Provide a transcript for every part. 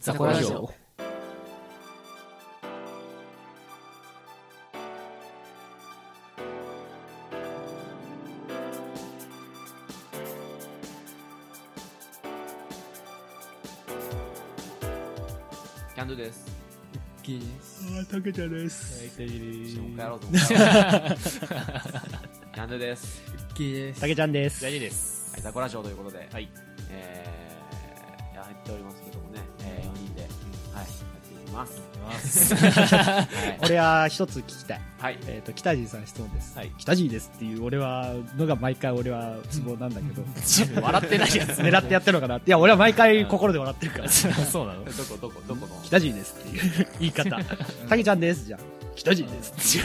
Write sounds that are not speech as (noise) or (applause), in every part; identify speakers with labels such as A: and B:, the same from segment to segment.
A: ザコラジオ。キャンドゥです。
B: キーです。
C: ああ、たけちゃんで
B: は
C: す
B: い、。たけです。
A: もう帰ろうと思ったら。キャンドゥです。
B: キーです。
C: たけちゃんです。
D: 大丈夫です。
A: はい、ザコラジオということで、
D: はい。
A: えー、やっておりますけどもね、えー、4人で、はい、やっていきます。はい
C: 俺は一つ聞きたい。
A: はい。
C: えっ、と、北地さん質問です。
D: はい
C: 北地ですっていう、俺は、のが毎回俺はツボなんだけど、
D: 笑ってないやつ。
C: 狙ってやってるのかなって。いや、俺は毎回心で笑ってる (laughs) から。
D: そうなの
A: どこ、どこ、どこの
C: 北地ですっていう言い方。たけちゃんですじゃん。北地です。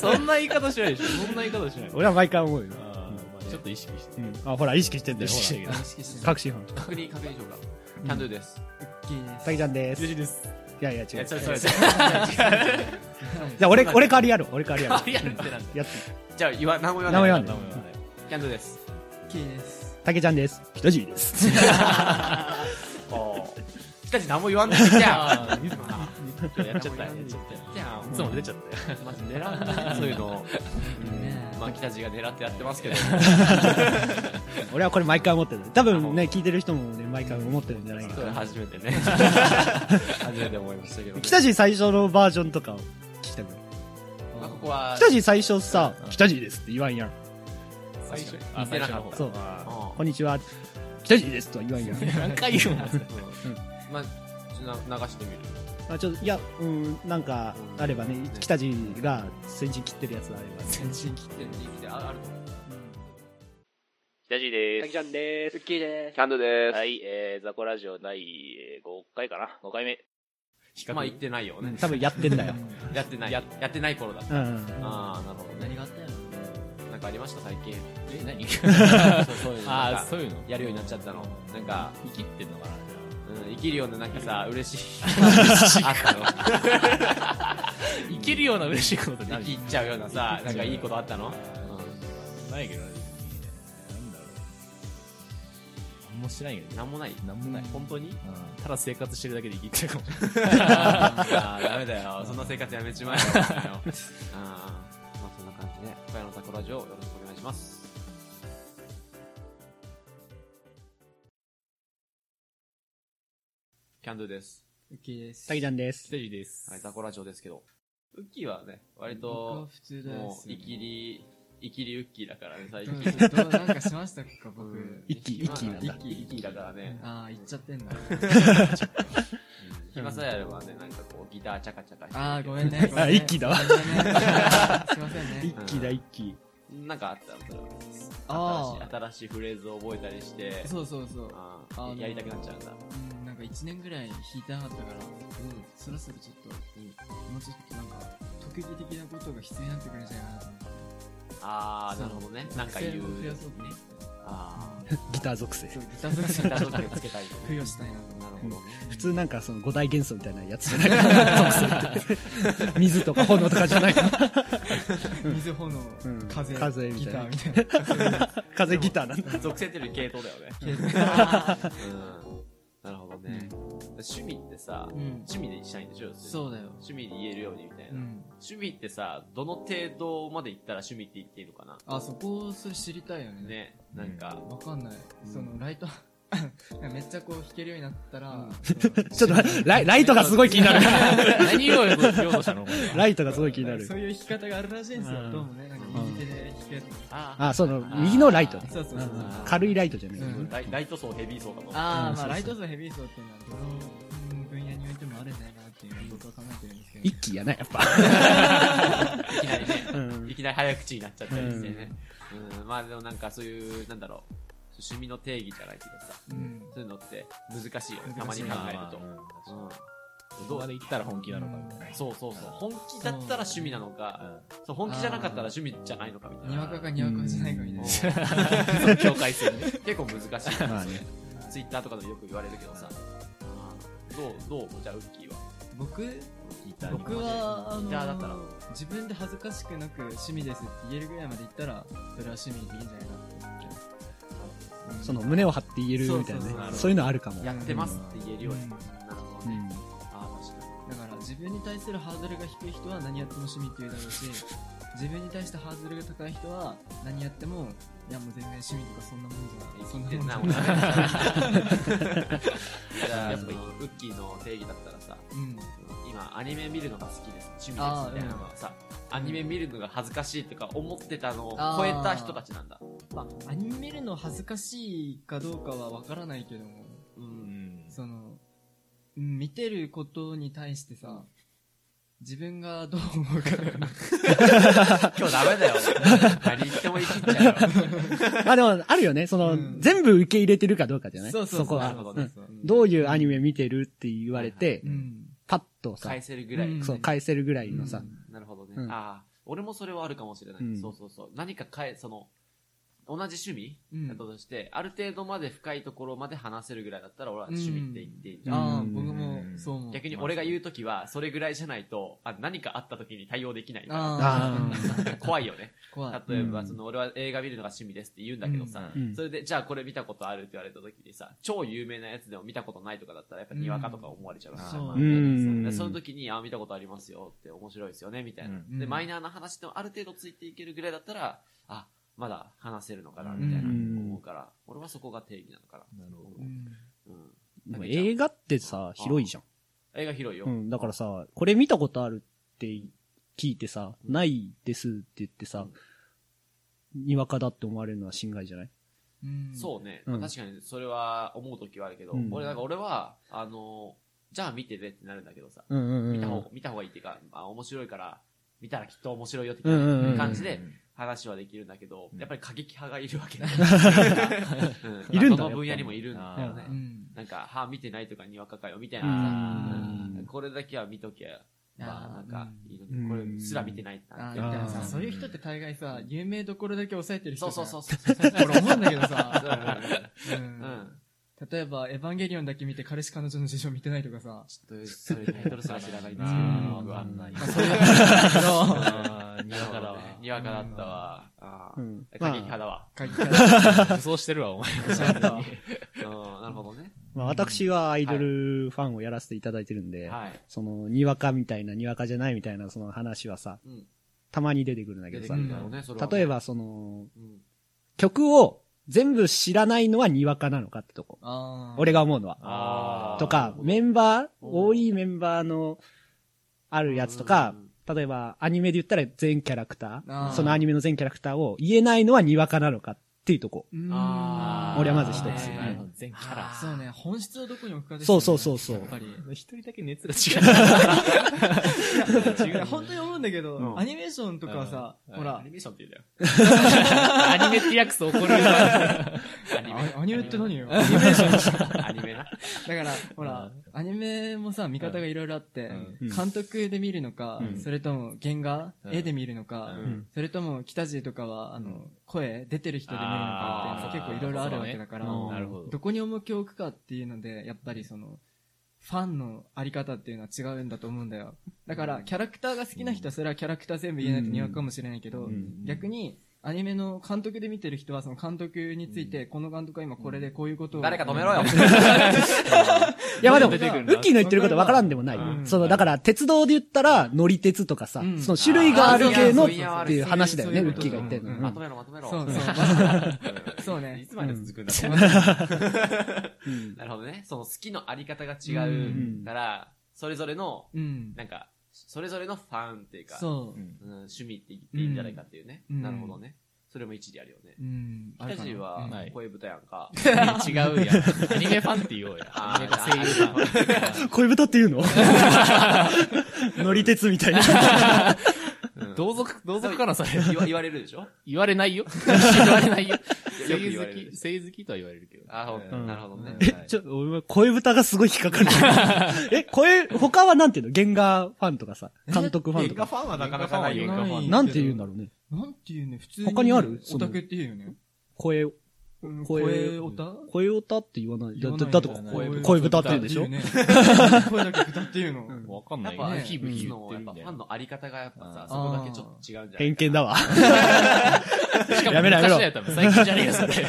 D: そんな言い方しないでしょ。そんな言い方しない。
C: 俺は毎回思うよ。
D: あーまあちょっと意識して。
C: うん、あ、ほら、意識してんだよ。ほら。
B: 意識してない。
C: 確信犯。
A: 確認、確認しようか。キャンドゥです。
B: キーです。
C: たけちゃんです。い
D: 大丈夫です。
C: やいや、違う。
A: い
C: じ
A: や、
C: ゃ
A: それ、それ、それ。
C: あ、俺、俺代わりやる。俺代 (laughs) わり
D: リ
C: や
D: アル
C: る
D: っ。てなんだ。
C: やって。
A: じゃあ、言わ、名前は
C: 名前は
D: 名前
C: ね。
D: はね
A: キャンドゥです。
B: キーです。
C: たけちゃんです。北地です。
A: しかし何も言わんでいいじゃん。
D: あーやっちゃった、やっちゃったよ。
A: じゃあ、
D: いつも出ちゃったよ。
A: マジ狙うんだねそういうのを。
B: ね
A: まあ、北地が狙ってやって (laughs) ますけど。
C: 俺はこれ毎回思ってる。多分ね、聞いてる人もね、毎回思ってるんじゃないかな。
A: 初めてね。初めて思いましたけどね。
C: 北地最初のバージョンとかを聞きたくない。
A: まあ、ここは、
C: 北地最初さ
D: う、ん
C: 北地ですって言わんやん。
A: 最初
D: あ
A: 似てなかっ
D: 最
A: た。
D: 初
C: そ
D: の
C: う。
D: 方
A: うん
C: こんにちは。北地ですとは言わんやん。
D: 何回言うの
A: うんまあ、ちょっとな流してみる。
C: あ、ちょっと、いや、うん、なんか、あればね、北地が先陣切ってるやつがあればね。
B: 全身
A: 来てる人気でああると思う。
E: 北地で
C: ちゃんです。
B: キーで
A: キャンドゥ
E: す。はい、えー、ザコラジオ第えー5回かな ?5 回目。
D: 比
A: (laughs)
D: 較
A: まあ、言ってないよね。
C: 多分やってんだよ。
A: やってない。やってない頃だ。
C: うん。
A: ああ、なるほど
B: 何
A: ね。
B: があったよ
A: なんかありました、最近。
D: え、
A: (laughs)
D: 何
A: そうそういうのなん
D: あ
A: か
D: ー、そういうの
A: やるようになっちゃったの。なんか、
D: 生きてんのかな
A: うん、生きるようななんかさ、嬉しい。あったの。
D: 生きるような嬉しいことって
A: 生
D: 何
A: きちゃうようなさ、なんかいいことあったの
D: ないけど、なんだろう。何もしないけど。
A: なんもない。
D: なんもない。
A: 本当に
D: うんただ生活してるだけで生きてるかも。
A: あーダメだよ。そんな生活やめちまえよ。あーまあそんな感じで、今夜のタコラジオよろしくお願いします。キャンドゥです。
B: キーです。
C: たけちゃんで
D: ス
C: す。
D: テージです。
A: はい、タコラジオですけど。ウッキーはね、割
B: 僕は
A: と、
B: 普通だよ
A: も。う、イキリ、イキリウッキーだからね、最
B: どう
A: 近。
B: どうなんかしましたっけか、僕。
C: 一気、一気なんだ
A: イ。キイキだからね。
B: ああ、行っちゃってんだ。
A: 暇さえあればね、なんかこう、ギターチャカチャカしてるけど。
B: ああ、ごめ
A: (laughs)
B: んね。ごめんね
C: あ一気だわ
B: ごめんねすいませんね
C: 一。気だ、一気。
A: なんかあったそれ
B: あ
A: 新しい新しいフレーズを覚えたりして
B: そうそうそう。
A: あ
B: あの
A: ーやりたくなっちゃうんだ
B: うん、なんか1年ぐらい弾いてなかったから、そろそろちょっと、もうちょっとなんか、特技的なことが必要になってくるんじゃないかなと思って。
A: ああなるほどねなんか言
B: 癖
A: う
B: を増やそうとね。
A: あ
C: ギター属性。
B: そう、ギター
A: あ
B: 属性
A: ギ
B: を
A: ター属性つ
B: (laughs)
A: けたりとか
B: 付与したいなと思って。
A: なるほどね
C: 普通なんかその五大元素みたいなやつじゃないか属性っ
D: (laughs)
C: て。水とか炎とかじゃないかな。
B: 水、炎、
C: うん
B: 風、
C: 風み
B: ギ
C: たい
B: タ
C: な
B: ーみたいな。
C: 風ギターなんだ。
A: 属性っていうより系統だよね
B: 系統
A: うんなるほどね趣味ってさ
B: うん。
A: 趣味でしたいんでしょ
B: そうだよ。。
A: 趣味で言えるようにみたいうなん趣味ってさどの程度までいったら趣味って言っていいのかな
B: あ、そこ、それ知りたいよね。
A: ねなんか
B: わかんない。その、ライト、 (laughs) めっちゃこう弾けるようになったら、
C: ちょっとライ、ライトがすごい気になる。
D: 何を言おうとしたの
C: (laughs) ライトがすごい気になる
B: そ。ういう弾き方があるらしいんですよ。どうもね、なんか右手で弾くやつ。
A: あー
C: あ、その、右のライトね。
B: そうそうそうそう。
A: ー
C: 軽いライトじゃない。
B: うん
A: ライライト層ヘビー層かと思った
B: あ
C: う
B: あ、
C: ん
B: ま
C: そうそ
B: あ、
C: う
B: ライト層、ヘビー層っていうのは、どの分野においてもあるんじゃないかなっていうのは僕は考えてるんですけど
C: 一。気やな、やっぱ。
A: いきなりね
C: うん
A: いきなり早口になっちゃったりしてね。うん、まあでもなんかそういう、なんだろう、趣味の定義じゃないけどさ、
B: うん。
A: そういうのって難しいよ
B: 難し、い
A: たまに考えると。うん。ど
D: ど
A: う
D: うで行ったら本気なのかみたいな。
A: そうそうそう。本気だったら趣味なのか、そう本気じゃなかったら趣味じゃないのかみたい
B: にわ
A: な。
B: かかにわかじゃないかみたいな。
A: うん (laughs) 境界線ね結構難しい。
C: まあね。
A: ツイッターとかでよく言われるけどさ。うんどう、どうじゃあウッキーは。
B: 僕、
D: ギターに
B: 僕は、あ
A: ギターだったら
B: の、自分で恥ずかしくなく趣味ですって言えるぐらいまでいったら、それは趣味でいいんじゃないかなって思っちゃう。
C: その胸を張って言えるみたい
B: そうそう
C: な
B: そう
A: なるほ
C: ね
A: ど
C: そういうのあるかも、
A: やってますって言えるように
B: うん
A: なるほど
C: う
A: ね、
C: ん、
A: ああ確かに
B: だから自分に対するハードルが低い人は何やっても趣味って言うだろうし自分に対してハードルが高い人は何やってもいやもう全然趣味とかそんなもんじゃないそん
A: 言ってん
B: なもん
A: な俺
B: じ
A: じ
B: ゃ
A: ゃ
B: ない
A: (laughs) あやっぱウッキーの定義だったらさ
B: うん
A: 今アニメ見るのが好きです趣味ですみ
B: あー
A: たいなのがさ、アニメ見るのが恥ずかしいとか思ってたのを
B: あー
A: 超えた人たちなんだ
B: まあアニメ見るの恥ずかしいかどうかはわからないけども
A: う
D: うんん
B: そのうん見てることに対してさ自分がどう思うかだよね
A: 今日ダメだ
C: (laughs)
A: よ何言っても言い切っちゃうよ
C: あでもあるよねその、
B: うん
C: 全部受け入れてるかどうかじ
B: (laughs)
C: ゃない
B: そうそうそう
C: こ
A: な
C: は
A: るほどね、
C: うんどういうアニメ見てるって言われて、
B: うん
C: パッとさ
A: 返せるぐらい、
B: うん
C: そう返せるぐらいの
B: う
C: さ、
B: ん
A: なるほどね、
C: うん
A: ああ俺もそれはあるかもしれない、
C: うん
A: そうそうそう何か変えその同じ趣味
B: うん
A: だったとして、ある程度まで深いところまで話せるぐらいだったら俺は趣味って言っていいんじゃん、
B: ああ
C: うん
B: 僕もそう思う
A: 逆に俺が言うときは、それぐらいじゃないと、あ何かあったときに対応できないか
B: ああ
A: ら、 (laughs) 怖いよね。
B: 怖い
A: 例えば、
C: うん
A: その俺は映画見るのが趣味ですって言うんだけどさ、
C: うん
A: それで、じゃあこれ見たことあるって言われたときにさ、超有名なやつでも見たことないとかだったら、やっぱにわかとか思われちゃうから
B: うん
A: まあ
B: そう
C: うん
A: でその時に、あ、見たことありますよって面白いですよね、みたいな。
D: うん
A: で、
B: うん
A: マイナーな話でもある程度ついていけるぐらいだったら、あ、まだ話せるのかな、みたいな
C: うん
A: 思うから、俺はそこが定義なのかな。
D: なるほど
B: うん
A: うん
C: でも映画ってさ広いじゃん
A: 映画広いよ。
C: うん、だからさ、これ見たことあるって聞いてさ、
A: うん
C: ないですって言ってさ、にわかだって思われるのは心外じゃない
B: うん
A: そうね、
C: うん
A: 確かにそれは思う時はあるけど、
C: うん
A: 俺なんか俺はあのじゃあ見てねってなるんだけどさ、
C: うんうんうん。
A: 見た方見た方がいいっていうか、まあ、面白いから見たらきっと面白いよって
C: うんうんうん
A: 感じで話はできるんだけど、やっぱり過激派がいるわけだ、う
C: いるんだ
A: どの分野にもいるんだよ
D: やっ
A: ね
D: ぱ
B: う、ん
A: なんか歯見てないとかにわかかよみたい
C: あ
A: な
C: ー
A: うんこれだけは見ときゃまあ
B: あー
A: なんかいいのに、
C: うん
A: これすら見てないな
B: あー
A: って
B: で
A: みたい
B: も
A: な
B: さ
A: さ
B: そういう人って大概さ有名どころだけ抑えてる人
A: そう
B: じ
A: そ
B: ゃ
A: うんそうそうそう
B: 俺思うんだけど
A: (laughs) そう
B: さ、う
A: うん
B: ん、
A: うん
B: 例えば「エヴァンゲリオン」だけ見て彼氏彼女の事情見てないとかさ
A: ちょっとそれタイトルすら知らないんですけど
D: あー
A: 僕は
D: わかんない
B: まあそういうことなんだけど
D: あーにわかだわ
A: にわかだったわ。あ
C: う
A: ー
C: ん
A: 過激派だわ。
B: 鍵 (laughs) から
D: 武装してるわお前
B: しゃべった
A: うんなるほどね。
C: まあ私はアイドルファンをやらせていただいてるんで、
A: はい。
C: その、にわかみたいな、にわかじゃないみたいな、その話はさ、
A: うん
C: たまに出てくるんだけ
A: 出
C: ど
A: て
C: さ
A: く、るんだろうね、それはね
C: 例え、ばその、
A: うん
C: 曲を全部知らないのはにわかなのかってとこ。
B: あ (laughs) ー
C: 俺が思うのは。
A: あー
C: とか、メンバー、多いメンバーの、あるやつとか、例えば、アニメで言ったら全キャラクタ
B: あ
C: ー、
B: ー
C: そのアニメの全キャラクターを言えないのはにわかなのかっていうとこ。
B: うん
A: あー
C: 俺はまず一つ
A: ね
C: なるほ
D: 全キ
A: ャ
D: ャ
A: ラ
D: ラ
B: そうね本質をどこに置くかです
C: そ
B: よ
C: う
B: ね
C: そうそうそう
B: やっ。ぱり
D: 一人だけ熱が
B: (laughs) いや本当に思うんだけど、
A: うん
B: アニメーションとかはさ、
D: うん
B: ほ
A: (laughs) ア
B: ら
A: ニメーションって言うんだよ。
D: 違うアニメって訳す怒る
A: アニ
B: あアニメって (laughs) 何よ
A: アニメーション。アニメな。
B: だから、ほら、アニメもさ、見方がいろいろあって、
C: うん
B: 監督で見るのか、
C: うん
B: それとも原画、
D: うん
B: 絵で見るのか、
C: ん
B: それとも北地とかは、あの、声、出てる人で見るのかっていうの結
A: あー
B: 構いろいろあるわけだから、
A: そうねうん
D: なるほ
B: ど
D: ど
B: こに重きを置くかっていうので、やっぱりその、ファンのあり方っていうのは違うんだと思うんだよ。だから、キャラクターが好きな人はそれはキャラクター全部言えないと似合うかもしれないけど、
C: うん
B: 逆に、アニメの監督で見てる人は、その監督について、この監督は今これでこういうことを。
A: 誰か止めろよ。
C: いや、まあでも、ウ
D: 出てく
C: ッ
D: るな
C: キーの言ってることわからんでもないよ
A: う。ん
C: その、だから、鉄道で言ったら、乗り鉄とかさ
B: うん、
C: その種類がある系の
A: あー
C: っ
A: そう
C: て
A: や
C: いう話だよね、
B: そう
C: ウ
B: いう
C: ッキーが言ってるの。う
A: ま
C: ん
A: とめろ、まとめろ。
B: そうそうまあ。そう
A: い
B: ね。
A: つまで続くんだろう
C: うん
A: なるほどね。その好きのあり方が違
C: ん
A: うから、それぞれの、
B: (laughs) うん。
A: なんか、それぞれのファンっていうか、
B: そ
A: うん趣味って言っていいんじゃないかっていうね。
B: うん
A: なるほどね。それも一理あるよね
B: う。う。ん。あ
A: 北
B: るかな
A: 地は
B: うん
D: はい
A: 声豚やんか。
D: 違うやんアニメファンって言おうやアニメか声優ファン
C: 恋豚って言うの (laughs) 乗り鉄みたいな。
A: うん
D: 同族同族かなそれ
A: 言わ言われるでしょ
D: 言われないよ言われないよ
A: よ
D: 声
A: く言われ
D: 優
A: る
D: 好き声優好きとは言われるけど
A: あ、そう
C: うん
A: なるほどね。
D: はい
C: ちょ、俺は声豚がすごい引っかかる。え、声、他はなんていうの原画ファンとかさ、監督ファンとか。
A: ファンはな
D: かなかないよ
B: ない
C: なんて言うんだろうね。
B: なんていうね、普通
C: 他にある
B: オタクっていうよね。
C: 声
B: うん
C: 声
B: 声オタ
C: 声歌って言わない。だ
B: 言わ
C: っ
B: な
C: て、
B: いん
C: だ
B: だ
C: って
D: 声
C: 声声歌って言うんでしょ
B: ね (laughs) 声だけ歌って言うの。
D: わかん
A: や
D: な
A: っ
D: い
A: ぱ、
B: ね
A: キ
D: キ
A: ブ
D: ブ
A: キ
D: キ
A: の、
D: 言
A: や
D: っ
A: ってぱファン
D: るんだよね。
A: のあり方がやっぱさ
B: あ、ー
A: そこだけちょっと違うんじゃない
C: 偏見だわ。
D: しかも
C: やめろやめろ
D: 昔のやったら最近じゃねえよ、それ。
A: な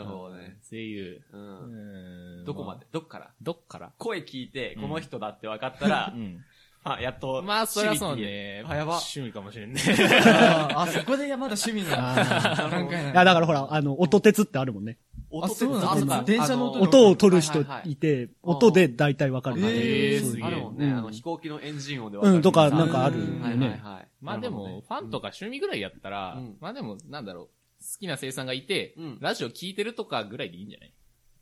A: るほどね。
D: 声優。
A: う。
D: うんん
A: どこま
D: あ
A: でどっから
D: どっから
A: 声聞いて、
D: うん
A: この人だって分かったら
D: う、ん。
A: あ、やっと、
D: まあ、それはそう
A: 趣味って
D: ね。
A: あやば
D: 趣味かもしれんね。
B: あーあ、そこでまだ趣味の段階なの。
C: あだからほら、あの、音鉄ってあるもんね。
A: 音
B: あそうなんだ
A: あそか
B: 電車の
A: あ
B: 音で
C: 音を取る人
A: はいはいはい
C: いて、音で大体わかる。
B: えー
D: えーすげえ
A: あるもんね、
C: うん
A: あの飛行機のエンジン音で
C: うんとか
A: さ
C: なん
B: かあるよ
A: はいはい
C: ね
A: はい。
D: (laughs) まあでも、ファンとか趣味ぐらいやったら
A: うん、
D: まあでも、なんだろう、好きな声優さんがいて
A: うん、
D: ラジオ聞いてるとかぐらいでいいんじゃないっ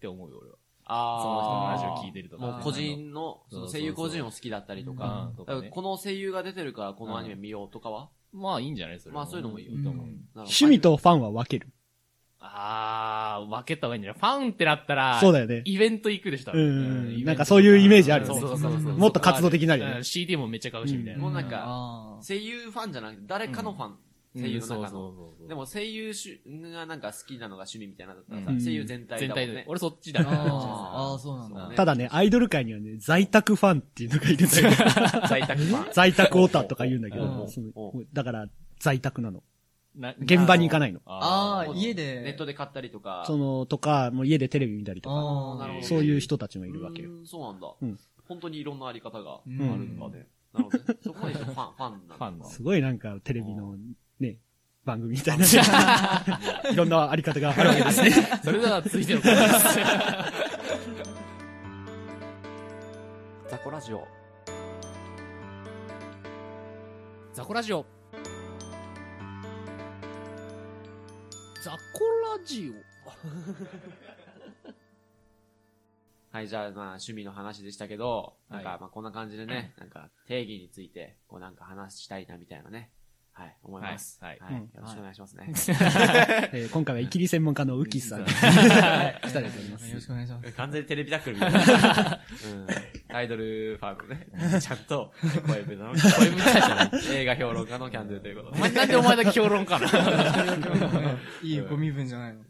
D: て思うよ、俺は。
A: あー
D: その人のラジオ聞いてるとか
A: もう個人の、
D: そ
A: そう
D: そうそう
A: の声優個人を好きだったりとか
D: うん、と
A: だ
D: か
A: か
D: ね
A: らこの声優が出てるからこのアニメ見ようとかは、
D: まあいいんじゃないそれ
A: まあそういうのもいいよ
D: と思う。
A: なるほど
C: 趣味。とファンは分ける。
D: あー、分けた方がいいんじゃないファンってなったら、
C: そうだよね。
D: イベント行くでした。
C: うん
D: うイベント
C: なんかそういうイメージあるよね
D: そうそうそうそう
C: もっと活動的になるよね
D: うん CD もめっちゃ買うし、みたいな。
A: もうなん
D: か、
A: か、
B: あー
A: 声優ファンじゃなくて、誰かのファン、声優の
D: そう
A: 中
D: そ
A: の。
D: うそう。
A: でも声優しがなんか好きなのが趣味みたいなのだったらさ
C: う、ん
A: 声優全体
D: 全
A: だも
D: 体
A: ん
D: で
A: ね。。
D: 俺そっちだ
B: あーあー、
D: (laughs) な。
B: そうなんだ。
C: ただね、アイドル界にはね、在宅ファンっていうのがいるんだよ。
A: 在宅
D: (laughs)
A: ファン。
C: 在宅オタとか言うんだけど、
B: うん
C: その
A: う
C: だから、在宅なの。
D: な
C: 現場に行かないの。
B: あ
D: ー
B: あ、家で。
A: ネットで買ったりとか。
C: その、とか、もう家でテレビ見たりとか、
B: あー
A: なるほど
C: そういう人たちもいるわけよ。
A: うんそうなんだ、
C: うん
A: 本当にいろんなあり方がある
B: うんん
A: だね。なるほどね。そこまで一緒ファン、ファンなん
D: ファ
A: だ。
D: ンの。
C: すごいなんか、テレビのね、番組みたいな。いろんなあり方があるわけですね。
D: (laughs) (laughs) それでは続いてのコーナーです。 (laughs)
A: ザコラジオ。
D: ザコラジオ。ザコラジ
A: はい、じゃあ、まあ、趣味の話でしたけど、なんか、
D: は
A: まあ、こんな感じでね、なんか、定義について、こう、なんか話したいな、みたいなね。はい、思います。
D: はい
C: はいうん
A: よろしくお願いしますね。
C: えー今回はイキリ専門家のウキさん。二人でおります
B: よろしくお願いしま
A: (laughs)
B: す。
A: 完全にテレビタックルみたいな。うん。アイドルファンのね、ちゃんと、声部の、声部映画評論家のキャンドゥということ
D: オ。お
A: で。
D: 前なんでお前だけ評論家なの
B: いいゴミ分じゃないの。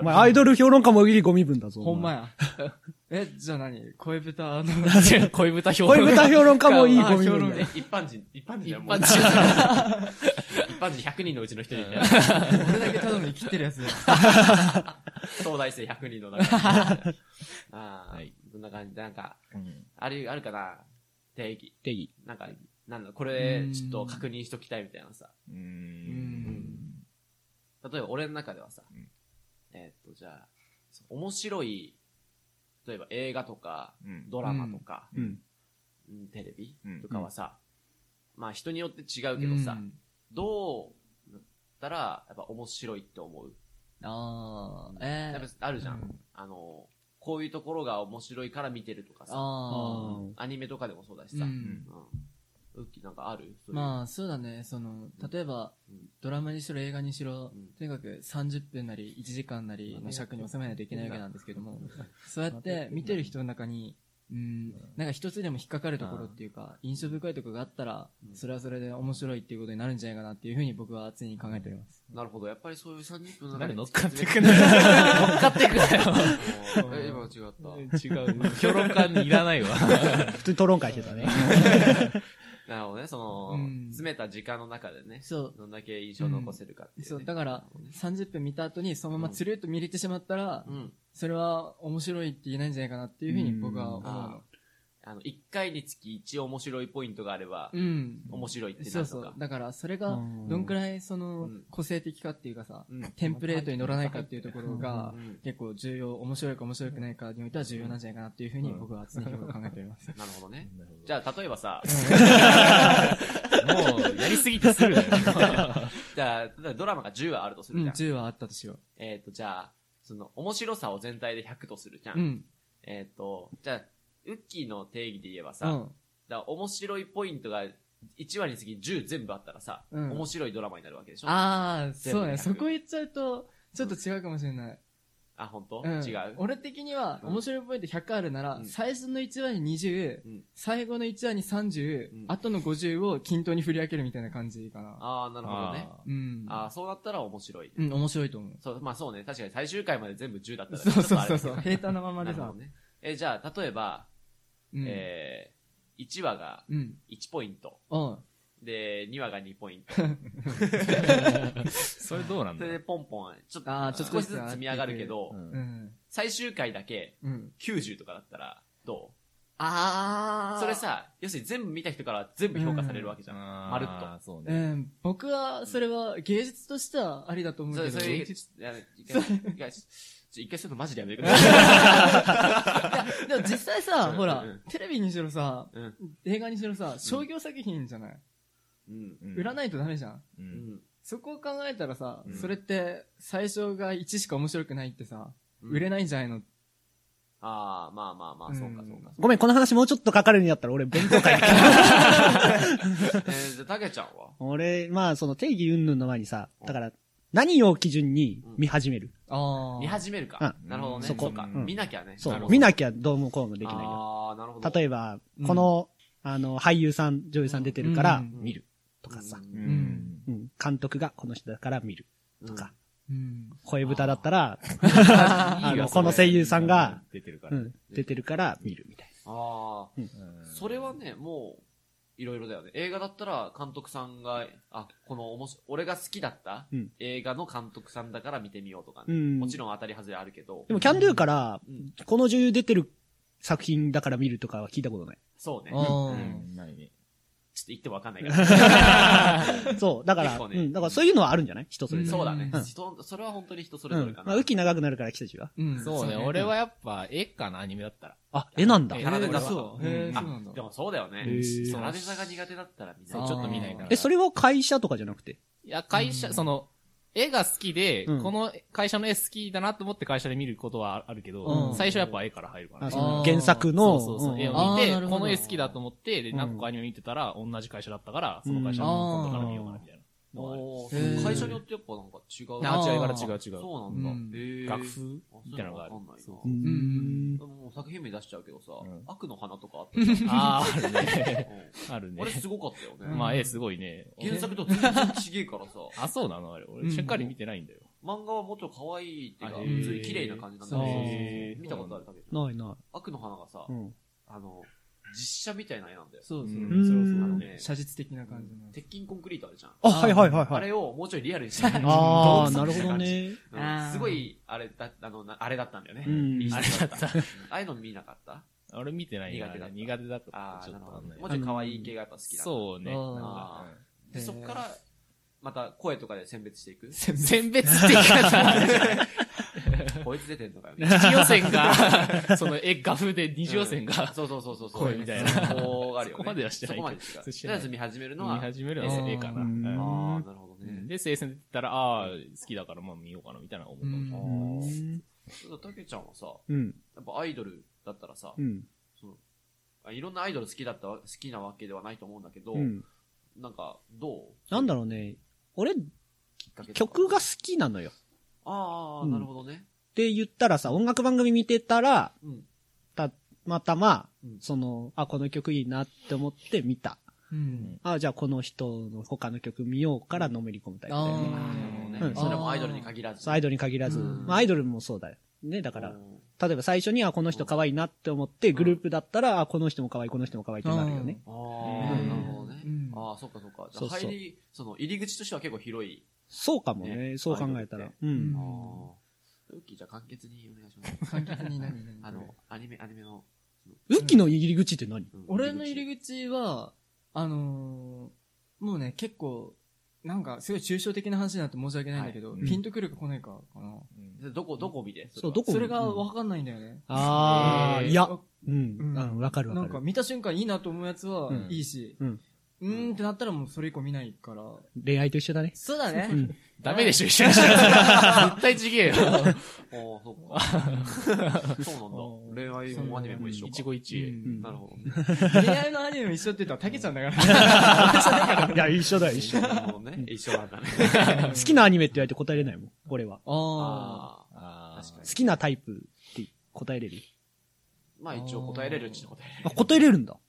C: お前、アイドル評論家もウキリゴミ分だぞ。
B: ほんま
C: や。
B: や。え、じゃあ何声豚の、
D: 恋豚評論
C: 恋
D: 家。
C: 豚評論家もいいゴミ
B: あ評
C: 分
B: 論
C: だ
A: で
C: よ。
A: 一般人、一般人
D: 一
A: はもう
D: 般人だな
A: (laughs) 一般人100人のうちの一人みたいな。
B: 俺だけただの生きってるやつだよ。
A: (laughs) 東大生100人の
D: (laughs)
A: 中で。ああ、
D: はい
A: どんな感じで、なんか、
D: うん
A: ある、あるかな定義。
D: 定義。
A: なんか、なんだ、これ
B: う、ん
A: ちょっと確認しときたいみたいなさ。
D: う。
B: うんん。
A: 例えば、俺の中ではさ、
D: うん
A: えーっと、じゃあ、面白い、例えば映画とか、
D: うん
A: ドラマとか、
C: うん。
A: うんテレビ
D: うん
A: とかはさ、まあ人によって違うけどさ、
B: うん
A: どうだったら、やっぱ面白いって思う
B: ああ、え
A: やっ
B: ー、
A: ぱあるじゃん。
B: うん
A: あの、こういうところが面白いから見てるとかさ、
B: あ
C: ー
A: アニメとかでもそうだし
B: ー
A: さ、
B: う
A: うん
B: ん。
A: ウッキーなんかある
B: まあ、そうだね、その、例えば
A: うん、
B: ドラマにしろ映画にしろ
A: うん、
B: とにかく30分なり1時間なりの尺に収めないといけないわけなんですけども、そうや
A: (laughs)
B: って見てる人の中に、うん、なんか一つでも引っかかるところっていうか、印象深いところがあったら、
A: うん
B: それはそれで面白いっていうことになるんじゃないかなっていうふうに僕は常に考えております。
A: なるほど。やっぱりそういう30分の
D: な
A: 中
D: んで
A: で
D: 乗っかって
A: く
D: くんだよ。乗っかってくんだよ。
A: え、今違っ
D: 違う。評論家にいらないわ。
C: 普通に討論会してたね。
A: た。なるほどね、その、
B: うん
A: 詰めた時間の中でね、
B: そう。
A: どんだけ印象残せるかっていう、ね
B: そう、だから、30分見た後にそのままつるっと見れてしまったら
A: う、ん。
B: それは面白いって言えないんじゃないかなっていうふうに僕は思
A: あーあの、1回につき1面白いポイントがあれば
B: う、の。うん。
A: 面白いってなると
B: そ
A: か。
B: うそう。だから、それが
C: う、ん
B: どんくらい、その
A: うん、
B: 個性的かっていうかさ、
A: うん
B: テンプレートに乗らないかっていうところ
A: う
B: が、
A: ん
B: 結構重要、面白いか面白くないかにおいては重要なんじゃないかなっていうふうに僕は常日頃考えており
A: (laughs)
B: ます。
A: なるほどね。じゃあ、例えば (laughs) さ、
D: もう、やりすぎてするだよ。
A: じゃあ、例えばドラマが10話あるとす
B: う
A: るじ
B: ん、
A: ゃ
B: 10
A: ん。
B: はあったとしよ
A: えっ、と、じゃあ、その、面白さを全体で100とするじゃん。
B: う。うん。
A: えっ、と、じゃあ、ウッキーの定義で言えば
B: う
A: さ、
B: ん。
A: だから面白いポイントが1話につき10全部あったらさ、
B: うん
A: 面白いドラマになるわけでしょ
B: ああ、
A: 全部
B: そうね。
A: 100
B: そこ言っちゃうと、ちょっと違うかもしれない。
A: あ、本当、
B: うん
A: 違う。
B: 俺的には、
A: うん
B: 面白いポイント100あるなら、
A: うん
B: 最初の1話に20、
A: うん
B: 最後の1話に30、
A: うん
B: 後の50を均等に振り分けるみたいな感じかな。
A: ああ、なるほどね。
B: うん。
A: ああ、そうなったら面白い。
B: うん、面白いと思う。
A: そう、まあそうね。確かに最終回まで全部10だったら、ね、
B: そうそうそう
A: ち
B: そ
A: ょっ
B: う。
A: とあれ
B: 平坦なまま
A: な
B: で
A: るほ
B: さ
A: ど。ね。え、じゃあ、例えば、
B: うん。
A: えー、1話が
B: うん。
A: 1ポイント。
B: うん。
A: で、2話が2ポイント。
D: それどうなん
A: そ
D: だ
A: れで
D: ろう
A: ポンポン、ちょっと
B: あーちょっと
A: 少
B: ず
A: し
B: つ
A: ずつ積み上がるけど、
D: うん
B: うん。
A: 最終回だけ
B: うん。
A: 90とかだったら、ど
B: あ
A: うそれ、さ、要するに全部見た人から全部評価されるわけじゃん。まるっと
D: あーそう
B: う
D: ね。
B: ん。僕は、それは芸術としてはありだと思う
A: そ
B: け
A: れ、
B: ど。
A: それ、いや
B: で
A: 一回、一回ちょちょ一回そういうのマジでやめてください。
B: も実際
A: う
B: さ、
A: ん
B: ほら
A: うん、
B: テレビにしろさ、
A: うん。
B: 映画にしろさ、商業作品じゃない
A: うん。
D: うん
B: 売らないとダメじゃん。
A: う
D: う
A: んん。
B: そこを考えたらさ、
D: うん
B: それって最初が1しか面白くないってさ、売れ
A: ない。
B: ないんじゃないの
A: ああ、まあまあまあ、そうかそうか。
C: ごめん、この話もうちょっとかかるんやったら俺弁当会行く
A: えー、じゃあ、たけちゃんは
C: 俺、まあその定義云々の前にさ、だから、何を基準に見始める、
B: ああ。
A: 見始めるか。
D: うん
A: なるほどね。
D: そ
A: こ
D: こ
A: か。
D: うん
A: 見なきゃね。
C: そ
A: なる
C: う。
A: ほど
C: 見なきゃどうもこうもできないよ。
A: ああ、なるほど。
C: 例
A: え
C: えば
B: う、ん
C: この、あの、俳優さん、女優さん出てるから
B: うん
C: 見るとかさ、
D: うん (laughs) ん。
C: うん監督がこの人だから見るとか、
B: うん。
C: 声豚だったら、
A: ば
C: あのこの声優さんが、
D: 出てるか
C: う
D: ら。
C: ん、出てるから見るみたい
A: あ
D: うん
A: あ、それはね、もう、いろいろだよね。映画だったら、監督さんが、あ、このおもし、俺が好きだった
C: うん
A: 映画の監督さんだから見てみようとか
C: な。
A: ね。
C: うん。
A: もちろん当たり外れあるけど
C: で、も、キャンドゥから
A: うん、
C: この女優出てる作品だから見るとかは聞いたことない。
A: そうね。ち
B: あ
A: ょ
B: ー
D: うん。ないね。
A: っと言ってもわかんないから。
C: そう、だから、
A: 結構ね
C: うん、だからそういうのはあるんじゃない人それ
B: ん
C: ぞ
A: (laughs) そうだね
C: うん。
A: 人それは本当に人それ
C: れ。う
A: ぞれ
C: ん
A: か。な。
C: まあ、ウキ長くなるから、北地は。
B: うん
D: そうね、俺、はやっぱ、絵かな、アニメだったら。
C: あ、絵なんだ
D: え。
A: かなで
B: えー
A: だ
B: そう
D: うん
B: へー
A: あ
B: そうなんだ
A: でもそうだよね
C: へ。ー
A: サラデザが苦手だったらみん
D: そ
A: な。
D: う、
B: あ
D: ち
A: ちょ
D: ょ
A: っ
D: っ
A: と
D: と
A: 見
D: 見
A: な
D: ない
A: い
D: か。
A: から
C: え、それは会社とかじゃなくて。
D: いや、会
B: う
D: 社、
B: ん
D: その、絵が好きで、
C: うん
D: この会社の絵好きだなと思って会社で見ることはあるけど、
B: うん
D: 最初やっぱ絵から入るか
C: あ
D: らね。
C: そ
D: そう
C: の
B: あー
C: 原作の、
D: そうそうう、
C: ん
D: 絵
B: あ
D: を
B: ー
D: 見
B: な
D: て、
B: るほど
D: この絵好きだと思って、で、
C: うん
D: 何個かアニメ見てたら、同じ会社だったから、その会社の今度から見ようかな、みたいなのはある。
A: お
B: へ
A: ー
B: ー
A: 会社によってやっぱなんか違う。
B: あー
D: あ、違うから違う違う。
A: そうなんだ。
B: うん
A: へー
D: 楽譜みたいなのがあ
A: あ
D: る
A: そううわかんないな
C: うん
B: ん
A: もう作品名出しちゃうけどさ、
D: うん
A: 悪の花とかあったじ
D: (laughs) あー、ある
A: ゃん
D: ね。
A: う
D: ある
A: んあれ
D: ね。
A: すごかったよね。
D: (laughs) まあ、絵すごいね。
A: 原作と全然違えからさ、 (laughs)
D: あ、そうなのあれ。
B: うん
D: 俺、しっかり見てないんだよ。
A: 漫画はもっと可愛いっていうか、
D: あへ
A: 普
D: ー
A: 通に綺麗な感じなんだ
D: へ
A: けど、
D: ー
A: 見たことあるだけど、
C: ないな
A: 悪の花がさ
C: い。う、ん。
A: あの、実写みたいな絵なんだよ。
B: そうそう。
D: うんそれは
A: あ
D: そう
A: の
D: だね。
A: ね、
B: 写実的な感じの。
A: 鉄筋コンクリートあるじゃん。
C: あ、はいはいはい
A: あ
C: はい。
A: れをもうちょいリアルにしてる動
C: あー、な
A: 物
C: る
A: みたい
C: ほど
A: 感じ
C: ね。
B: あ
A: うん
B: ー
A: すごい、あれだ、あの、なあれだったんだよね。
C: うん
A: いい人
D: あれだった。
A: ああいうの見なかった
D: 俺見てないよ
A: 苦手だった
D: 苦手だった
A: あ
D: から。
A: あ、
D: ちょ
A: な
D: っ
A: る
D: と
A: ほど
D: わかんない。
A: もうちょい可愛い系がやっぱ好きなんだ。
D: そうね。
B: あ
D: なん
B: ー
D: かうん
A: で、そっから、また声とかで選別していく
D: 選別って言い方。
A: (laughs) こいつ出てんのかよ。
D: 一予選が、その、え、画風で二次予選
A: うん
D: が、
A: そうそうそうそうそう。
D: 声みたいな
A: こうあるよね。
D: そこまではしてない
A: そこまで
D: そ
A: 違
D: う
A: う。
D: し
A: と
D: て
A: り
D: な
A: あ
D: い
A: えず見始めるの
D: 見
A: は。
D: 始めるの
B: う
D: は
B: ん
D: 絵かな。
C: う
D: うん
A: あ
D: ん
A: あ、なるほどね。
D: で、聖戦で言ったら、ああ、好きだから、まあ見ようかな、みたいな思ったかもしれ
A: あ
D: ない。
A: ーそうだたけちゃんはさ、
C: うん。
A: やっぱアイドルだったらさ
C: う、ん。
A: そのあいろんなアイドル好きだったわ、好きなわけではないと思うんだけど
C: う、ん。
A: なんか、どう
C: なんだろうね。俺、
A: きっかけとか
C: 曲が好きなのよ。
A: ああ、
C: うん
A: なるほどね。
C: って言ったらさ、音楽番組見てたら、
A: うん。
C: た、またま、
A: うん
C: その、あ、この曲いいなって思って見た。
B: うん。
C: あ、じゃあこの人の他の曲見ようからのめり込むタイプだよ
A: あ
C: ね。
A: ーなるほどね
C: うん
A: それもアイドルに限らず。
C: そうアイドルに限らず、
A: うん
C: まあアイドルもそうだよ。ね、だから
A: う、ん
C: 例えば最初に、あ、この人可愛いなって思って、
A: ん
C: グループだったら、あ、この人も可愛い、この人も可愛いってなるよね。
A: ああ、
D: うん
A: なるほどね
B: うん。
A: ああ、そっかそっか。じ
C: そ
A: ゃ
C: うそ
A: あ
C: う
A: 入り、その入り口としては結構広い。
C: そうかもね、
A: ね
C: そう考えた
A: アイドルっ
C: ら
A: て。
C: う
B: うん
C: ん。
A: ああ。ウッキーじゃあ簡潔にお願いします。
B: 簡潔に何何
A: (laughs) あの、アニメ、アニメの。
C: ウッキの入り口って何
A: うん
B: 俺の入り口は、あのー、もうね、結構、なんか、すごい抽象的な話になって申し訳ないんだけど、
D: はい
B: ピンとくるか来ないかかな。
D: うん
A: でどこ、どこ見て
C: そ
A: (laughs)
C: う、どこ
B: それがわかんないんだよね。
C: ああ、
D: えー
C: いや、
B: わ
C: うん、
B: うん
C: うん、わかるわか
B: な
C: る。
B: んか見た瞬間いいなと思うやつは
D: うん
B: いいし、
C: うん
B: うーんってなったらもうそれ以降見ないから。
C: 恋愛と一緒だね。
B: そうだね。
C: うん
D: ダメでしょ、一緒にしたら。絶対ちげえ
C: (laughs)
D: よ。
A: ああ、そっか。そうなんだ。恋愛もアニメも一緒か。
D: 一期一
A: (laughs)
D: 会。
C: うん
A: なるほどね。
B: 恋愛のアニメも一緒って言ったら竹ちゃんだから。
C: いや、一緒だよ、一緒。
A: なるほどね。一緒なんだね。
C: (laughs)
B: (laughs)
C: 好きなアニメって言われて答えれないもん、これは。
B: ああ。
A: ああ。
D: あ
A: 確かに
C: 好きなタイプって答えれる
A: まあ一応答えれるっちゃ答えれ
C: あ、答えれるんだ。
D: あ
A: る。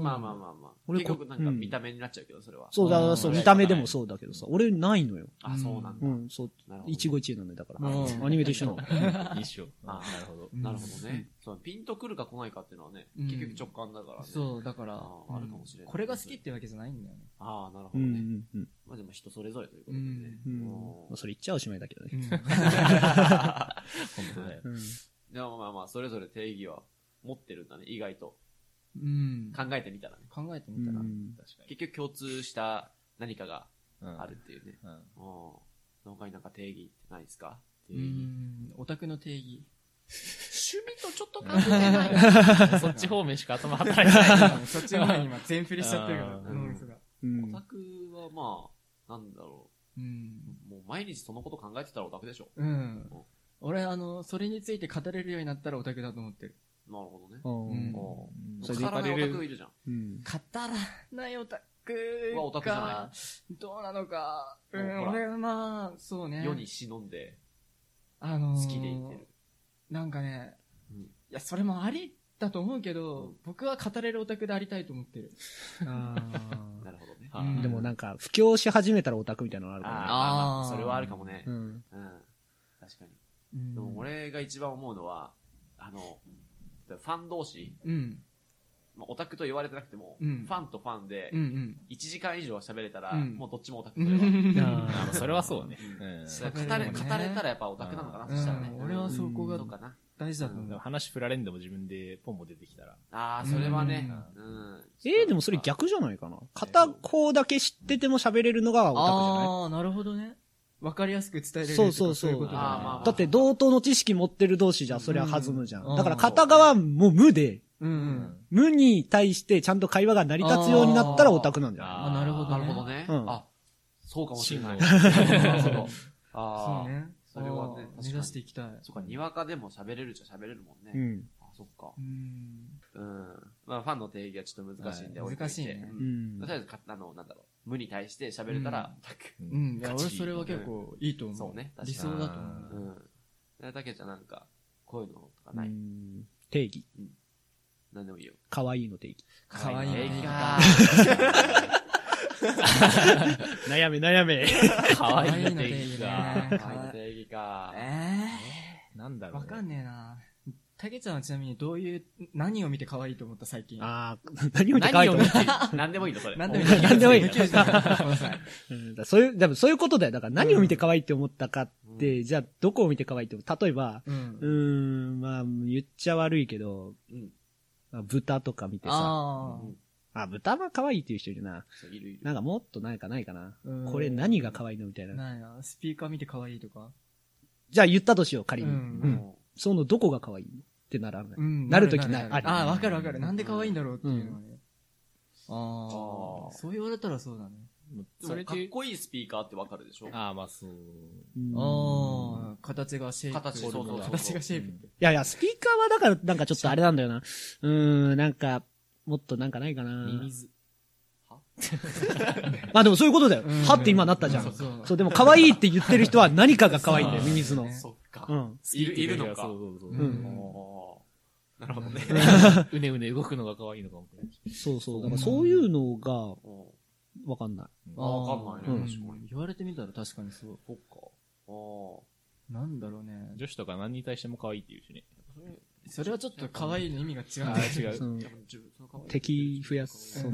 A: まあまあまあまあ。
C: 俺
A: 結
C: こ
A: 局なんか見た目になっちゃうけど、それは。
C: そう
D: う
C: だ、
D: ん
C: そう、見た目でもそうだけどさ、俺ないのよ。
A: あ、そうなんだ
C: う。ん、そう、
A: なるほど。
C: 一期一会なんだよだから。
B: うん
C: アニメと一緒なの。
D: あ。一緒。
A: あ
D: なるほど。
B: うん
A: なるほどね。そう、ピンとくるか来ないかっていうのはね、
B: うん
A: 結局直感だからね。
B: そう、だから、
A: あーあるかもしれない
B: これが好きってわけじゃないんだよね。
A: ああ、なるほ
C: う
A: ど
C: ん、う
A: ね。
C: ん、うん。
A: まあでも人それぞれということでね。
C: うん
A: も
C: まあ、それ言っちゃおしまいだけど
B: (laughs)
C: ね。
D: 本当だよ。
C: うん。
A: う (laughs) でもまあまあ、それぞれ定義は持ってるんだね、意外と。
B: うん。
A: 考えてみたらね。
B: 考えてみたら。
C: うん
D: 確かに。
A: 結局共通した何かが
D: うん
A: ある。っていうね。
D: うん。
A: うん。他になんか定義ってないですか定
B: う
A: 義。
B: ん。オタクの定義。
A: 趣味とちょっと関係ない。
D: そっち方面しか頭働いてな
B: (laughs)
D: い。
B: そっちの前に今全振りしちゃってるから
D: あ、
A: ー
B: 脳みそが。
C: うん
A: オタクはまあ、なんだろ
B: うん。
A: う。もう毎日そのこと考えてたらオタクでしょ。
B: うん。俺、あの、それについて語れるようになったらオタクだと思ってる。
A: なるほどね。
C: うん
A: もう、
C: それで
A: 腐らないオタクいるじゃん。
C: うん。
B: 語らないオタク
A: はオタクじゃな
B: か、どうなのか。う、
A: もうんほら
B: 俺はまあ、そうね。
A: 世に忍んで、
B: あのー
A: 好きでいてる。
B: なんかね、
A: うん
B: いや、それもありだと思うけど、僕は語れるオタクでありたいと思ってる。
A: なるほどね。
D: は
B: う
D: い
B: ん
C: (laughs) でもなんか、布教し始めたらオタクみたいなのあるか
A: あーまあま
B: あ
A: あ、
B: ー
A: それはあるかもね。
C: らね。うん。
A: うん。確かに。
B: うん
A: でも、俺が一番思うのは、あの、ファン同士、
B: うん。
A: まあ、オタクと言われてなくても、
B: うん
A: ファンとファンで
B: う、ん
A: 1時間以上は喋れたら、
B: うん
A: もうどっちもオタク
B: う
A: と言われる。
C: (laughs)
B: ん。
D: あ
C: あ
D: まあそれはそうね。
A: うん
D: うん。
A: だから語
B: 喋れ
A: れ、
B: る
A: 語
B: もん
A: れ
B: ね
A: たらやっぱオタクなのかな、
B: う
A: そ
B: ん
A: したらね。
B: 俺はそこ
A: う
B: が
A: んそうかな。
B: 大事だと思
D: で
B: う
D: も。話振られんでも自分でポンも出てきたら。
A: ああ、それはね。うん。
C: ええ、でもそれ逆じゃないかな。片方だけ知ってても喋れるのがオタクじゃない
B: ああ、なるほどね。わかりやすく伝えれる
C: そうそうそう
B: とかいことだ
A: あ
B: よ
A: あ
B: ね
A: まあまあ
C: だって同等の知識持ってる同士じゃそりゃ弾むじゃ
B: うん
C: ん。だから片側もう無で、
B: うんう。。
D: うん
C: 無に対してちゃんと会話が成り立つようになったら
B: あー
C: オタクなんじゃない
B: あなるほど
A: な
B: ね
A: るほどね。
C: うん
A: あ、そうかもしれない。
D: 真
A: なるほ
B: そ
A: ど (laughs) あ
B: う
A: あ、
B: ね。
A: それはね
B: あー
A: 確か
B: 目
A: に
B: 指していきたい。
A: そうか、にわかでも喋れるじゃ喋れるもんね。
C: うん。
A: あ、そっか
B: う。ん。
A: うん。まあ、ファンの定義はちょっと難しいんで、
B: はい
A: 俺とて
B: 難しいね
A: う
C: うんん
A: とりあえず、あの、なんだろう、無に対して喋れたら、オタク
B: う。
D: うん
B: いや、俺それは結構いいと思う。
A: そうね
B: 理想だと思う。
A: うん。だけじゃなんか、こういうのとか
C: う
A: ない。
C: ん定義。
A: なんでもいいよ。
C: 可愛いの定義。
B: 可愛い
A: 定義
B: ね。
A: か。
C: 悩め悩 (laughs) め。
D: 可
B: 可
D: 愛
B: 愛
D: い
B: いの
D: の
B: 定
D: 定
B: 義
D: 義
B: ね
D: が。。
A: 可愛いの定義か。
B: え
D: なんだ
B: え。
D: ろう。
B: わかんねえな。たけちゃんはちなみにどういう、何を見て可愛いと思った最近。
C: ああ、何を見て可愛いと思う
A: なんでもいいの、それ。
B: 何でも
A: い
B: いい。
C: 何でもいい
B: 無休じゃないごめんなさい。
C: うんだからそういう、でもそういうことだよ。だから何を見て可愛いって思ったかって、じゃあどこを見て可愛いって思う例えば、
B: う
A: (laughs)
C: うー
B: ん。
C: ん、まあ言っちゃ悪いけど、
A: うん
C: まあ豚とか見てさ、
B: ああ。
C: あ、豚は可愛いっていう人いるな。
A: い。いるいる。
C: なんかもっとなんかないかな
B: うん。
C: これ何が可愛いのみたいな。
B: ないな。スピーカー見て可愛いとか。
C: じゃあ言ったとしよう、仮
B: う
C: に。
B: ん。
C: そのどこが可愛いってならない。
B: うん
C: なるときないある
B: ああ、わかるわかる。なんで可愛いんだろうっていうのはね。あ
A: あー
B: あ。そう言われたらそうだね。
D: もう
A: そ
D: そ
A: れ
D: れ
A: かっ
D: で、
A: こいいスピーカーってわかるでしょ
D: ああ、まあそう。
C: うん
B: ああ。形がシェイプ。
A: 形そうそうそう
B: 形がシェイプって。
C: いやいや、スピーカーはだから、なんかちょっとあれなんだよな。うーん、なんか、もっとなんかないかな。
D: ミミズ。
C: まあでもそういうことだよ。
B: うん
C: はって今なったじゃ
B: うん
C: ん。
B: そうそう
C: そう、でも可愛いって言ってる人は何かが可愛いんだよ、
D: そう
C: ミミズの。
A: そっか
C: う。ん。
A: いる、いるのか。
D: そうそうそう。
B: う
D: うんん。
A: おーなるほどね。
D: うねうね動くのが可愛いのかも。
C: そうそう。だからそういうのが、
A: お
C: わかんない。
A: あわかんないね
B: う
A: 確かに
B: 言われてみたら確かにそう。
A: そっか。お
B: なんだろうね。
D: 女子とか何に対しても可愛いって言うしね。
B: それはちょっと可愛いの意味が違うん
D: あ
B: だ
D: あ、
B: よ。 (laughs)
D: 違。
C: そうの
A: ーやっぱ自分その顔
C: 敵増やす。そう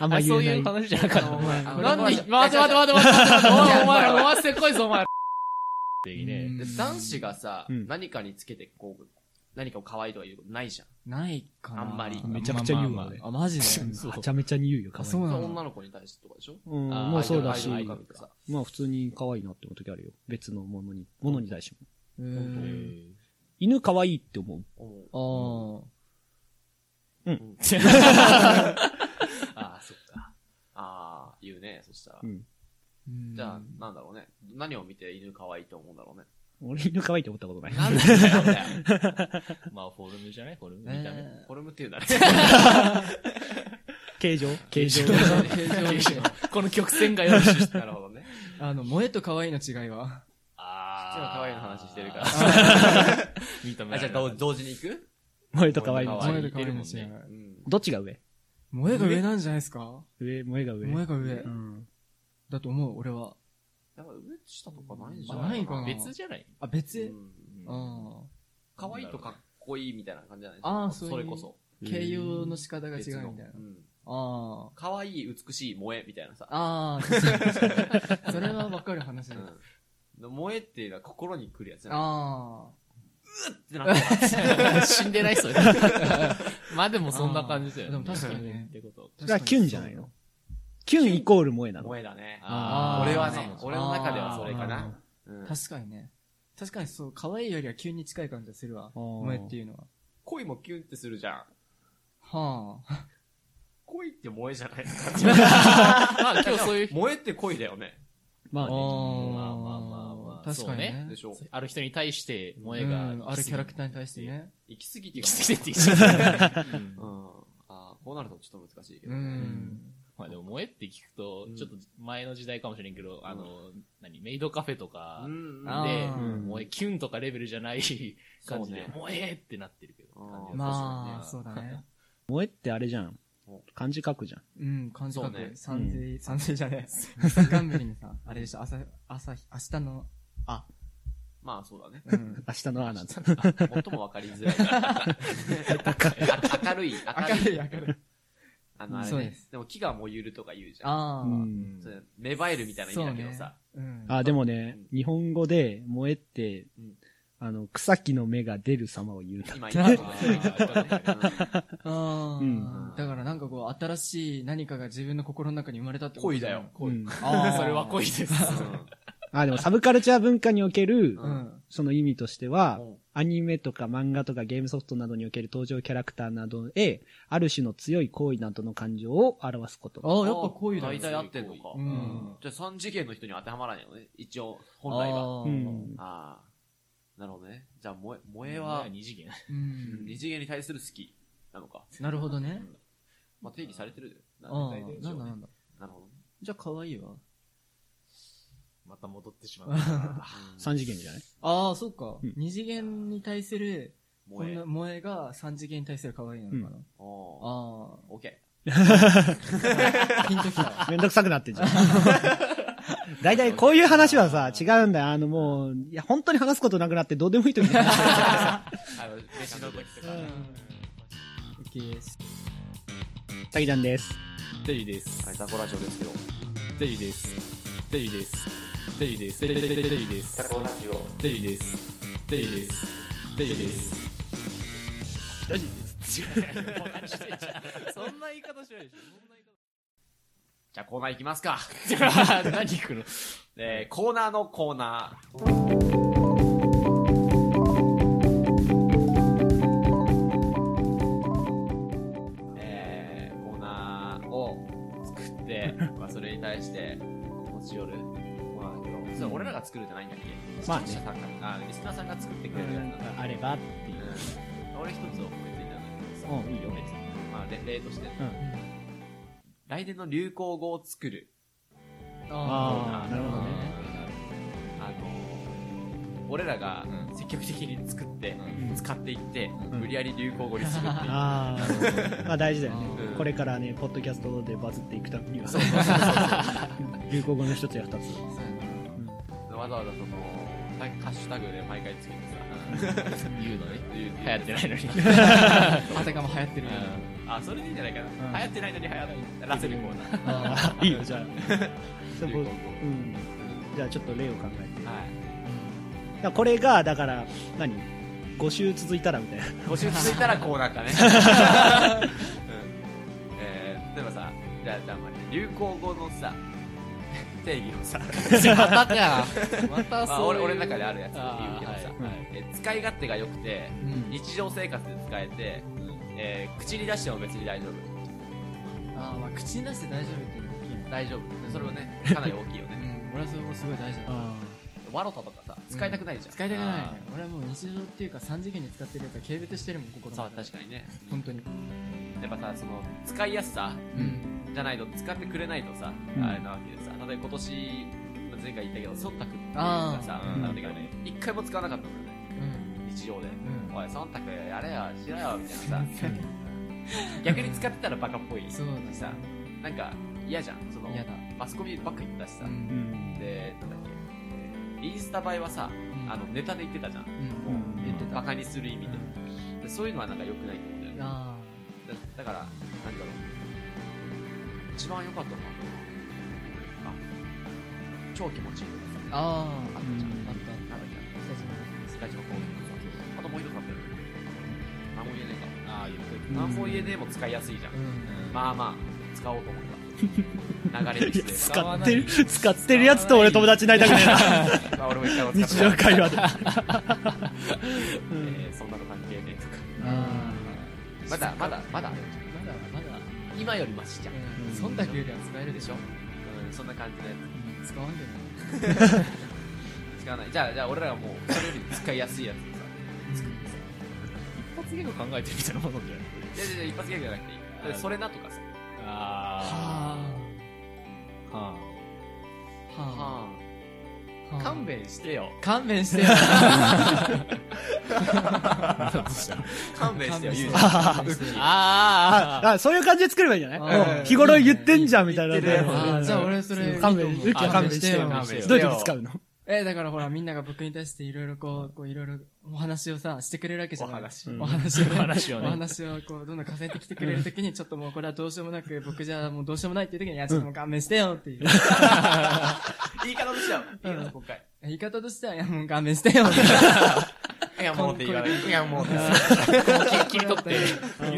C: あんま
D: あ、そうい
C: 言え
D: う
C: ない。
D: 話じゃなかった。
A: な
D: なんん
A: で
D: で、
A: 待
D: 待
A: っ
D: ってて
A: 待っ
D: 待ってて
A: 待っ待っ待っ
D: 待ってて待ってて待
A: て
D: って、
A: お前
D: お
A: ら
D: 前
A: お
D: ら、お
A: 前
D: 前せっこいぞ、お前
B: う
D: 的ね。
B: ん
A: で男子がさ、
C: うん
A: 何かにつけて、こう、何かを可愛いとか言うことないじゃん。
B: ないかな。
A: あんまり
C: めちゃくちゃ言うわ、
D: まあまあ
C: 俺。
B: あ、マジ
C: (laughs)
B: で。
D: そう
C: めちゃめちゃに言うよ、可愛い。
B: そうなの
A: 女の子に対してとかでしょ
C: うん、
D: あー
C: もうそうだし
A: ア、イドルとか見てさ
C: まあ普通に可愛いなって思う時あるよ。別のものに、ものに対しても。
B: う
D: へ
B: ん。
D: ー
C: 犬可愛いって思う。 (laughs)
A: 思う
B: ああ。
A: ああ、そっか。ああ、言うね、そしたら
C: う。ん。
B: うん
A: じゃあ、なんだろうね。何を見て犬可愛いと思うんだろうね。
C: 俺犬可愛いって思ったことない。
A: なんだよ、なんだよ。
D: まあ、フォルムじゃないフォルム見
B: ね
D: た目。
A: フォルムっていうんだね。
C: 形状形状。
B: (laughs)
D: この曲線がよろしい。
A: なるほどね。
B: あの、萌えと可愛いの違いは。
A: あは可愛いの話してるから。
D: (laughs) 認め
A: あ、
D: ら
A: じゃ
D: れ
A: あ
D: ない
A: 同同時に行く
C: 萌えと可愛いの
B: 萌え
C: 違
B: と
C: う。
B: 可愛いの違う
A: 似てるもんね
C: どっちが上
B: 萌えが上なんじゃないですか
C: 上、萌えが上。
B: 萌えが上
C: うん。
B: だと思う、俺は。
A: やっぱ上下とかないんじゃ
B: あ、ないんかな
D: 別じゃない
B: あ、
A: う
B: 別
A: ん
B: う
A: うん
B: ん。
A: 可愛いとかっこいいみたいな感じじゃない
B: あー
A: そ
B: そういう
A: それこそ。
B: 形容の仕方が違う
A: 別の
B: みたいな
A: う。ん
B: あ
A: 可愛い、美しい、萌えみたいなさ。
B: あ。ああ、確かにそれはわかる話だ。
A: うん萌えっていうのは心に来るやつじゃない
B: あ
A: ってなってた
D: (laughs) 死んでない
B: (laughs)
D: それ。まあでもそんな感じだよね。
B: あーでも確かにね
D: ってこと。
B: あ。
C: それはキュンじゃないのキュンイコール萌えなの。
A: 萌えだね。
B: あー
A: 俺は
B: そう
A: ね
B: そ、う
A: 俺の中ではそれか
C: あー
A: な。うん
B: 確かにね。確かにそう、可愛いよりはキュンに近い感じがするわ。萌
C: 萌
B: えっていうのは。
A: 恋もキュンってするじゃん。
B: はあ。
A: 恋って萌えじゃないですか。
B: (laughs)
D: まあ今日そういう、
A: 萌えって恋だよね。
C: まあね。
D: まあまあまあまあ
B: 確かにね。
A: でしょ。
D: ある人に対して萌
B: う
D: えが、
B: ん、あるキャラクターに対してね。
A: 行き過ぎて
D: 行
A: が
D: き過ぎてって言っちゃった
B: (laughs)
A: うん。あーこうなるとちょっと難しいけど
B: う
A: ね。
B: ん。
D: まあでも萌えって聞くと
A: うん、
D: ちょっと前の時代かもしれんけど、あの、何、メイドカフェとか
A: う
D: で、
A: ん
B: あー
C: うん
D: 萌えキュンとかレベルじゃない感じで、
A: そうね
D: 萌えってなってるけど
A: あー。
D: 感じが
B: まあ、そうだね。
C: 萌えってあれじゃん
A: お。
C: 漢字書くじゃん。
B: うん、漢字書
A: そう
B: く
A: ね。
B: 三水、三水じゃねえ。ガンブリにさ、あれでした、朝、朝日、明日の、
A: まあそうだね。
B: うん。
C: 明日のあなんて。
A: 最もわかりづらい
C: (laughs)
A: から。明るい、明るい。
B: い明るい。
A: あの、あれ
B: そうで
A: ね。
B: す
A: でも、木がもゆるとか言うじゃん。
B: ああ。
C: うん
A: それ芽生えるみたいな意味だけどさ。
B: うん。
C: あ、でもね、日本語で萌えって
A: うん、
C: あの、草木の芽が出る様を言うんだ。
A: 今言ったこと
D: あ
A: ね
B: あ
C: うん
B: あ。だからなんかこう、新しい何かが自分の心の中に生まれたってこと
A: 恋だよ
B: (laughs) 恋。
C: うん
A: (laughs)
B: ああ。
D: それは恋です。
C: あ、でもサブカルチャー文化における
B: う
A: う、
B: ん。うん。
C: その意味としては
A: うん、
C: アニメとか漫画とかゲームソフトなどにおける登場キャラクターなどへ、ある種の強い好意などの感情を表すこと。
B: ああ、やっぱ恋だ
A: 大
B: よ。
A: 体合ってんのか
B: う。ん。
A: じゃあ3次元の人には当てはまらないのね。一応、本来は。
B: あー
C: うん。
A: ああ。なるほどね。じゃあ、萌え、 (laughs) 萌え
D: 萌え
A: は
D: (laughs) は、二次元。
B: うん
A: 二次元に対する好きなのか。
B: なるほどね。
A: まあ、定義されてる。な
B: あ
A: 大体
B: あ。
A: でし
B: な
A: ょ
B: ん
A: う
B: だ
A: ね
B: なんだ。
A: なるほどね。
B: じゃあ可愛いわ。
D: また戻ってしまった。
C: 三次元じゃない
B: ああ、そうか
C: うん。
B: 二次元に対する、こ
A: 萌
B: ん
A: え
B: な。萌えが三次元に対する可愛いなのかな。
A: おー
B: あ
A: オッケ
B: あ。 (laughs) ピンときた。
C: めんどくさくなってんじゃん。大体こういう話はさ、違うんだよ。あのもう、いや、本当に話すことなくなってどうでもいい時に話してる
A: ー。あの、飯 (laughs) の時とか。
B: OK です。
C: タギちゃんです。
D: デリです。
A: はい、ザコラジオですけど。
D: デリです。デリです。デリです。デリです。デリです。タコラジオ。デリです。デリです。デリです。
A: そんな言い方しないでしょ。じゃあコーナー行きますか。
D: (laughs) 何行くの
A: えー、コーナーのコーナー。えー、コーナーを
B: (laughs)
A: 作って、まあそれに対して持ち寄るコーナーだけど、それ俺らが作るじゃないんだっけ
C: まあね
A: 視聴者さんが、あ、リスナーさんが作ってくれるやつなんだけど
C: あればっていう。
A: うん俺一つ思いついたんだけどさ、
C: うんいいよ
A: まあ、例例として、ね
C: うん
A: 来年の流行語を作る
C: あーなるほどね
A: あのー俺らが
D: う
A: 積極的に作って、
D: う
A: 使っていって、
C: ん
A: 無理やり流行語にするって (laughs) いう
C: ああ、まあ大事だよね
A: うん。
C: これからね、ポッドキャストでバズっていくためには、 (laughs) 流行語の一つや二つ。
A: わざわざそのハッハッシュタグで毎回つけてさ
D: 言うのね。
A: 流
D: 流行ってないのに。
B: あたかも流行ってるよう
A: あそれでいいんじゃないかな、
C: うん
A: 流行ってないのに流行らせるコーナー
B: な。あ
C: いいよ、じゃあ。そ
A: 流行
C: こ
A: 語、
C: うん。じゃあちょっと例を考えて。
A: はい
C: だからこれが、だから、何 ?5 週続いたらみたいな。
A: 募集続いたらこうなん
D: (laughs)
A: かね、うんえー例えばさじゃあじゃあ待って流行語のさ (laughs) 定義をさ
D: またか。また
A: まあ、
D: そう
A: 俺
D: いう。
A: 俺の中であるやつ言うけどさ、
D: あーはいはい
A: えー使い勝手が良くて
B: うん
A: 日常生活で使えて、えー口に出しても別に大丈夫
B: あー、まあ口に出して大丈夫っていうの大きいね。
A: 大丈夫それも (laughs) ねかなり大きいよ
B: う
A: ね
B: ん、俺はそれもすごい大事だ。
A: ワロタとかさ使いたくないじゃん、
B: 使いたくない
D: あ
B: ね。俺はもう日常っていうか三次元に使ってるやつは軽蔑してるもん、心
A: そう
B: の中で
A: 確かにね
B: 本当に。
A: やっぱさその使いやすさ
B: うん。
A: じゃないと使ってくれないとさ、
C: うん
A: あれなわけでさ例えば今年前回言ったけど、忖度っていうの
B: あ
A: が
B: ー
A: さ、
C: うん
A: あれがね、一回も使わなかったのよね、
B: うん。
A: 日常で。
B: うん。
A: おい、忖度やれよ、しろよ、みたい (laughs) なさ。逆に使ってたらバカっぽいし
B: そうだね
A: さ、なんか嫌じゃん。その、
B: 嫌だ。
A: マスコミばっか言ったしさ
B: う。。
C: うんん。
A: で、なんだっけ、インスタ映えはさ、あの、ネタで言ってたじゃん。
B: うん、
C: うん
B: 言ってた。
A: バカにする意味で。
B: う
A: でそういうのはなんか良くないと思うんだよ
B: ん
A: ね。
B: あ
A: だだから、なんだろう。一番良かったのは、あ、超気持ちいい
B: ー
A: とかさ。
B: あー、
A: あっ
B: あ
A: たじゃん。
B: あった。
A: なんだっけ世界一の攻撃のあともう一つあったよね。何も言えねえか。ああ、言ってる。何も言えねえも使いやすいじゃん
B: う。ん。
A: まあまあ、使おうと思った。流れ
C: い
A: にし
C: や
A: て。
C: 使ってる、使ってるやつと俺友達になりたくないな。
A: まあ俺も一回も使って
C: 日
A: な
C: 常
A: い
C: 会話で。
A: えーそんなの関係ねえと
B: あ
A: か。まだ、まだ、まだ、
B: ーまだ、まだ、
A: 今よりマシじゃん。
B: うん。忖度よりは使えるでしょ。
A: うん、そんな感じのや
B: うん使わんでも。
A: つ。使わない。じゃあ、じゃあ俺らはもう、それより使いや (laughs) すいやつをさ。
D: 一発ギャグ考えてみたいなものじゃない
A: いやいやいや、一発ギャグじゃなくていい。だってそれなとかさ。 (laughs)
D: ああ
B: あ。
D: は
B: は
A: は
B: あ。はあ
A: 勘。弁してよ。
B: 勘弁してよ。
A: 勘弁してよ、ゆうじ。
B: 勘弁してよ
D: あ
C: あ、そういう感じで作ればいいんじゃ
B: あ
C: ない
B: ー
C: もう日頃言ってんじゃんみたいなね
A: 言ってるよ
B: あーじゃあ俺それいいと思う。
C: 勘弁ゆっきは勘弁してよ
B: 勘弁
A: してよ
C: どういう時使うの
B: え、だからほら、みんなが僕に対していろいろこう、こういろいろお話をさ、してくれるわけじゃない。
A: お話
B: お話をね。
D: お話をね
B: お話をこう、どんどん重ねてきてくれるときに、ちょっともうこれはどうしようもなく、僕じゃもうどうしようもないっていうときに、いや、ちょっともう勘弁してよっていう。
A: 言い方としては、いいの今回。
B: 言い方としては、いや、もう勘弁してよって。
A: いや、もうって言わない。いや、もうって。
D: 切り取って切り取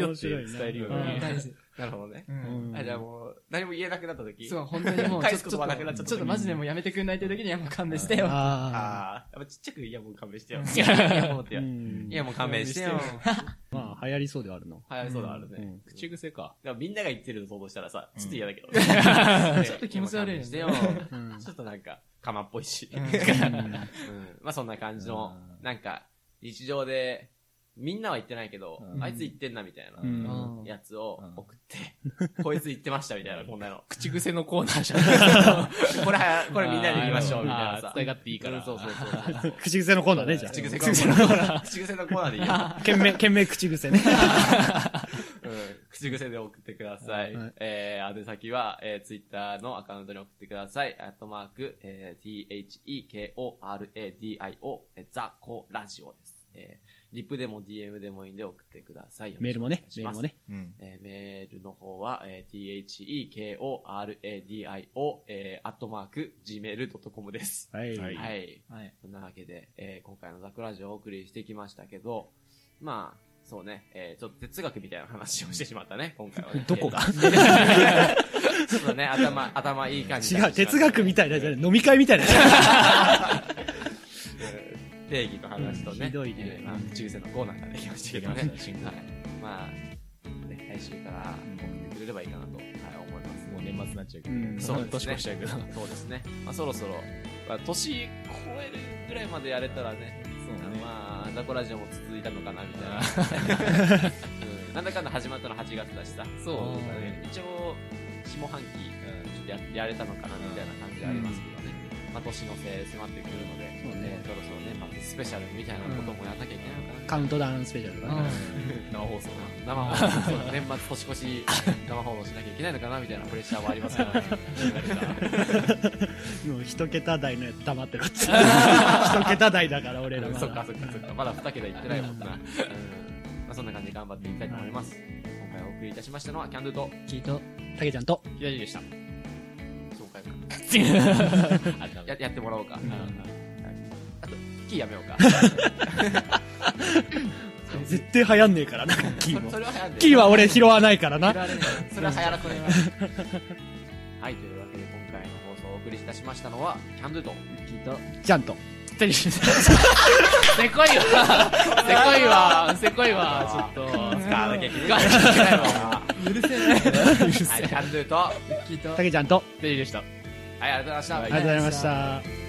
C: 面
D: って
C: 白いね
D: 伝えるよう
B: うん
D: に
B: 大事。
A: (laughs) なるほどね。
B: うん。
A: あ、じゃあもう、何も言えなくなった時。
B: そう、本当にもう、ちょ
A: 返
B: っ
A: す
B: と、
A: こ
B: ち
A: と
B: ょ
A: が
B: っ
A: なくなっち
B: と
A: ゃった
B: ちょっとマジでもうやめてくんないっていうときに、いや、もう勘弁してよ。
C: あ
A: ああ、やっぱちっちゃく、いや、もう勘弁してよ。いや、もうって
C: あ。う
A: よ。
C: ん
A: いや、もう勘弁してよ。
C: まあ、流行りそうではあるの。
A: はい、そうだ、ある
C: う
A: ね
C: ん。
D: 口癖か
A: でもみんなが言ってるの想像したらさ、ちょっと嫌だけど。
D: (laughs)
A: ちょ
B: っと気持ち悪いよね
A: してよ。
C: うん
A: (laughs) ちょっとなんか、釜っぽいし。
B: うん
A: うんまあそんな感じの、なんか、日常で、みんなは言ってないけど
D: う、ん
A: あいつ言ってんなみたい
C: うん
B: うん
A: なやつを
D: うん
A: 送って、こいつ言ってましたみたいな、こんなの。
D: 口癖のコーナーじゃない
A: (laughs) これ、これみんなで言いましょうみたいな
D: あー
A: さ。
D: 使い勝手いいから
A: うんそうそうそうそう。
C: 口癖のコーナーね、じゃあ。
A: 口癖のコー
D: (laughs)
A: ナー。口癖のコーナーでいいよ。
C: (laughs) 懸命、懸命口
A: (laughs)
C: 癖ね。
A: うん口癖で送ってください。
C: はい
A: えー、宛先は、えー、ツイッターのアカウントに送ってください。アットマーク、えー、t-h-e-k-o-r-a-d-i-o、えーザコラジオです。えー、リップでも DM でもいいんで送ってください。
C: メールもね、メ
A: よ
C: ー
A: ろしくお願いし
C: ルもね。
D: うん
A: ます。えー、メールの方は、えー、t-h-e-k-o-r-a-d-i-o、えー、アットマーク、gmail.com です。
C: はい。
D: はい
A: はい。
B: はい。
A: そんなわけで、えー今回のザクラジオをお送りしてきましたけど、まあ、そうね、えーちょっと哲学みたいな話をしてしまったね、今回はね、
C: (laughs) どこ
A: (laughs)
C: が
A: えーちょっとね、頭、頭いい感じ
C: 違う、哲学みたいなじゃ
A: ね
C: ない、飲み会みたいな。
A: 定義の話とね、
C: ひどいね
A: えーまあ、中世のコーナーができましたけどね、はい、まあ、ね、来週から送ってくれればいいかなと、はい、思います。
D: もう年末になっちゃうけ
C: う
D: ど
C: ん
A: そうです
D: 年
A: ね
D: 越しちゃうけど
A: そうですね。まあ、そろそろ、まあ、年超えるぐらいまでやれたらね、まあ、ザコラジオも続いたのかな、みたいな。うんなんだかんだ始まったの8月だしさ。
D: そう
A: だね一応、下半期、うんちょっとややれたのかな、みたいな感じはありますけどね。まあ、年のせい迫ってくるので、
C: そうね
A: えーそろそろね、まあ、スペシャルみたいなこともやんなきゃいけないのかな。
C: カウントダウンスペシャルと
B: う
C: かね。
B: ん
D: 生放送
A: 生放送、年末年越し生放送しなきゃいけないのかなみたいなプレッシャーもありますから、ね、
C: もう一桁台のやつ黙ってろって。
A: (laughs)
C: 一桁台だから俺らまだ
A: そっかそっかそっかまだ2桁いってないもんな、うんまあ、そんな感じで頑張っていきたいと思います今回お送りいたしましたのはキャンドゥと
B: きっと、
C: たけちゃんと。
D: 左でした
A: 紹介か
D: あダメ
A: ややってもらおうか、
D: ああ
A: あとキーやめようか
C: 絶対流行んねえからな、キ
A: (laughs)
C: ー
A: それそ
C: も。
A: れは流行んでる
C: キーは俺拾わないから
B: 切
C: な。
B: られない。
A: それは流行らこれははいというわけで今回の放送をお送りいたしましたのはキャンド
C: (laughs)
A: ゥと
B: きっと、
C: ちゃんと。
D: (laughs) せこいわせこいわせこいわちょっと
A: (laughs) 使わなきゃいけないの
B: 許せない。
A: はいキャンドゥとは
B: きっと、
C: たけちゃんと。
D: デリでした
A: いありがとうございました
C: ありがとうございました。